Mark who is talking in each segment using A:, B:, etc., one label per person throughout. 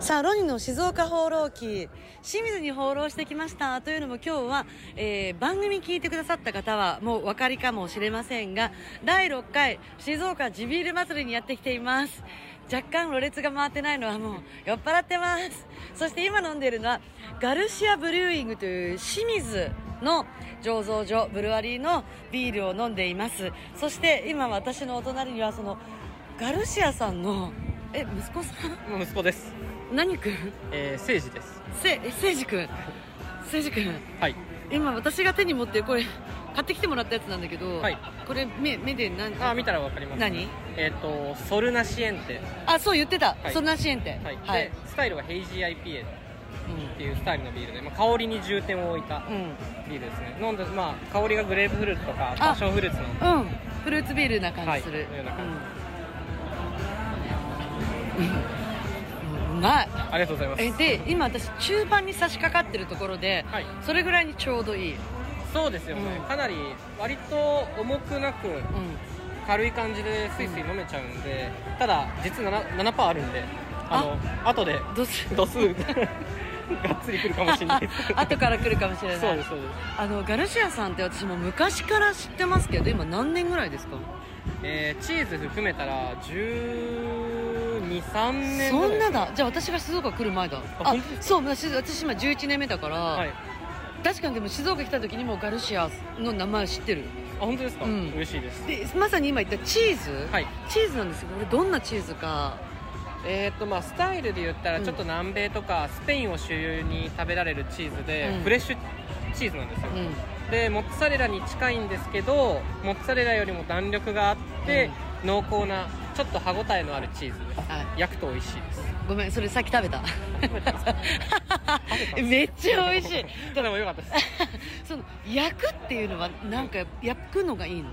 A: さあロニの静岡放浪記清水に放浪してきましたというのも今日は、えー番組聞いてくださった方はもうお分かりかもしれませんが第6回静岡地ビール祭りにやってきています若干ろれつが回ってないのはもう酔っ払ってますそして今飲んでるのはガルシアブリューイングという清水の醸造所ブルワリーのビールを飲んでいますそして今私のお隣にはそのガルシアさんのえ息子さん
B: もう息子です。
A: 何くん
B: えー、誠治です。
A: せせいじくんせいじくん
B: はい。
A: 今私が手に持ってるこれ買ってきてもらったやつなんだけど、
B: はい
A: これ目目で何
B: あー、見たらわかります。
A: 何
B: えっ、と、ソルナシエンテ。
A: あそう言ってた、
B: はい
A: そんな支援って
B: はい。で
A: はい、
B: スタイルはヘイジー IPA っていうスタイルのビールで、まあ、香りに重点を置いた
A: うん、うん
B: ビールですね。飲んで、まあ、香りがグレープフルーツとか、パッションフルーツの。
A: うん、フルーツビールな感じする、
B: はいそういうような感
A: うんうんうまい
B: ありがとうございます。
A: えで今私中盤に差し掛かってるところで
B: はい。
A: それぐらいにちょうどいい、うん、
B: そうですよね。
A: うん
B: かなり、割と重くなく、軽い感じでスイスイ飲めちゃうんで、ただ、実 7%, 7あるんで、あの、後で、
A: どうす る
B: 度数、がっつりくるかもしれない です。
A: 後から来るかもしれない
B: そうです、そうです。
A: あのガルシアさんって私も昔から知ってますけど今何年ぐらいですか
B: えーチーズ含めたら123年
A: そんな
B: だ
A: だじゃあ私が静岡来る前だ
B: あ
A: あ
B: 本当
A: そう私私今11年目だから、
B: はいあ
A: 確かにでも静岡来た時にもうガルシアの名前知ってる
B: 本当ですか、
A: うん
B: 嬉しいです
A: でまさに今言ったチーズ、
B: はい
A: チーズなんですけどこれどんなチーズか
B: えーっとまあスタイルで言った
A: う
B: ら
A: ん
B: ちょっと南米とかスペインを主流に食べられるチーズで、
A: うん
B: フレッシュチーズなんですよ、
A: うん
B: でモッツァレラに近いんですけどモッツァレラよりも弾力があって、濃厚なちょっと歯応えのあるチーズです
A: は
B: 焼くと美味しいです
A: いごめんそれさっき食べた
B: べた
A: めっちゃ美味しい
B: でもよかったです
A: その焼くっていうのはなんか焼くのがいいの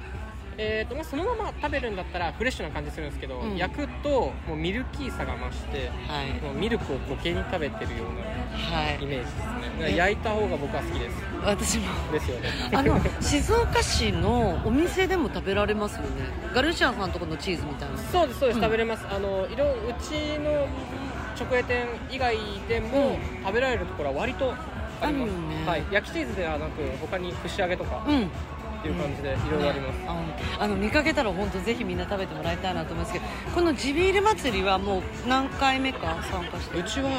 B: えーとまあ、そのまま食べるんだったらフレッシュな感じするんですけど、
A: うん
B: 焼くともうミルキーさが増して
A: はい
B: もうミルクを固形に食べてるよう
A: は
B: なイ
A: い
B: メージですねだから
A: え
B: 焼いた方が僕は好きです
A: 私も
B: ですよね
A: あの静岡市のお店でも食べられますよねガルシアさんとこのチーズみたいな
B: そうですそうです、
A: うん
B: 食べれますあのいろうちの直営店以外でも食べられるところは割とあります
A: あるよね
B: はい、焼きチーズではなく他に串揚げとか
A: うん
B: っていう感じでいろいろあります、
A: あのあの見かけたら本当ぜひみんな食べてもらいたいなと思いますけどこの地ビール祭りはもう何回目か参加して
B: うちは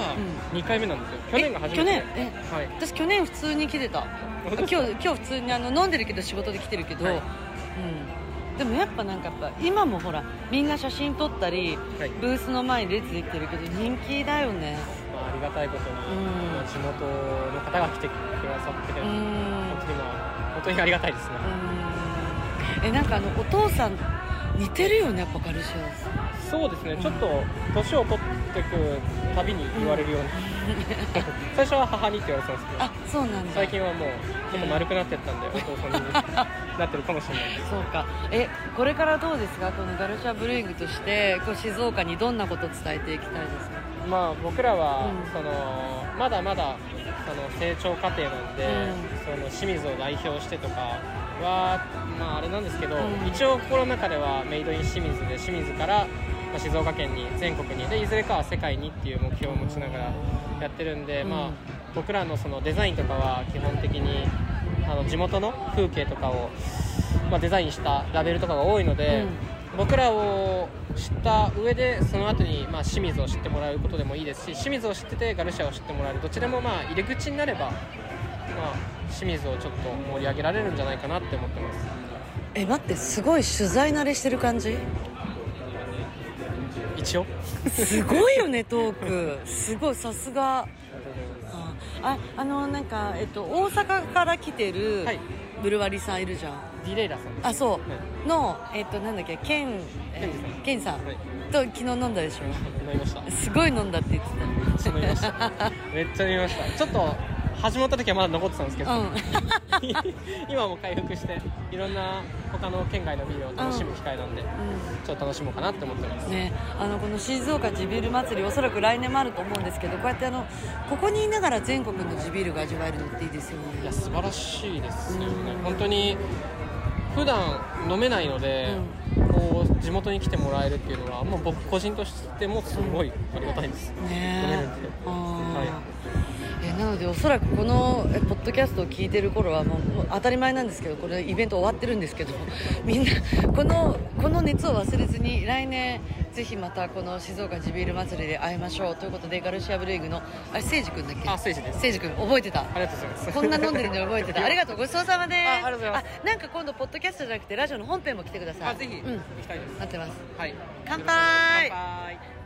B: 2回目なんですよ去年が初
A: え去
B: めて
A: 年え
B: はい
A: 私去年普通に来てた
B: 本
A: 今
B: 当です
A: 日今日普通にあの飲んでるけど仕事で来てるけど、
B: はい
A: うん、でもやっぱなんかやっぱ今もほらみんな写真撮ったり
B: はい
A: ブースの前に列できてるけど人気だよね
B: まあ、ありがたいことに、
A: うん
B: まあ地元の方が来てくださって、
A: う
B: 本
A: ん
B: 当にまあ本当にありがたいですね、
A: うんえなんかあのお父さん似てるよねやっぱガルシアさん
B: そうですね、
A: うん
B: ちょっと年を取ってくたびに言われるように、 最初は母にって言われてたんですけど
A: あそうなんだ
B: 最近はもうちょっと丸くなってったんで、お父さんになってるかもしれないです
A: そうかえこれからどうですかこのガルシアブルーイングとしてこう静岡にどんなことを伝えていきたいですか
B: まあ僕らは、
A: うん
B: そのまだまだその成長過程なんで、
A: う
B: その清水を代表してとかはまああれなんですけど、
A: うん
B: 一応心の中ではメイドイン清水で清水から、まあ、静岡県に全国にでいずれかは世界にっていう目標を持ちながらやってるんで、
A: うん
B: まあ僕らのそのデザインとかは基本的にあの地元の風景とかを、まあ、デザインしたラベルとかが多いので。
A: うん
B: 僕らを知った上でその後にまあ清水を知ってもらうことでもいいですし清水を知っててガルシアを知ってもらえるどっちでもまあ入り口になれば、まあ、清水をちょっと盛り上げられるんじゃないかなって思ってます
A: え待ってすごい取材慣れしてる感じ
B: 一応
A: すごいよねトークすごいさすがあああのなんか、えっと、大阪から来てる
B: はい
A: ブルワリさんいるじゃん
B: ディレイラさんです
A: あそう
B: はい
A: のえっとなんだっけケンえ
B: ケンジさ
A: ケンさ
B: ん
A: ん
B: はい
A: と昨日飲んだでしょ
B: 飲みました
A: すごい飲んだって言って
B: 飲みました めっちゃ飲みましたちょっと始まった時はまだ残ってたんですけど、
A: たうん
B: 今はもう回復していろんな他の県外のビールを楽しむ機会なんで、ちょっと楽しもうかなって思ってます、
A: ね、あのこの静岡地ビール祭りおそらく来年もあると思うんですけどこうやってあのここにいながら全国の地ビールが味わえるのっていいですよ
B: いや
A: ね
B: 素晴らしいですよね
A: うん
B: 本当に普段飲めないので、
A: う
B: こう地元に来てもらえるっていうのは、まあ、僕個人としてもすごいありがたいです、
A: ね
B: ごめん
A: え
B: ね
A: あーえなのでおそらくこのえポッドキャストを聞いてる頃はもうもう当たり前なんですけどこれイベント終わってるんですけど みんなこのこの熱を忘れずに来年ぜひまたこの静岡地ビール祭りで会いましょうということでガルシアブレイグのあれ誠司君だっけ
B: あ誠治です
A: 誠司君覚えてた
B: ありがとうございます
A: こんな飲んでるの覚えてたありがとうごちそうさまです
B: あありがとうございます
A: あなんか今度ポッドキャストじゃなくてラジオの本編も来てください
B: あぜひ、
A: うん
B: 行きたいです
A: 待ってます
B: はい
A: 乾杯
B: 乾杯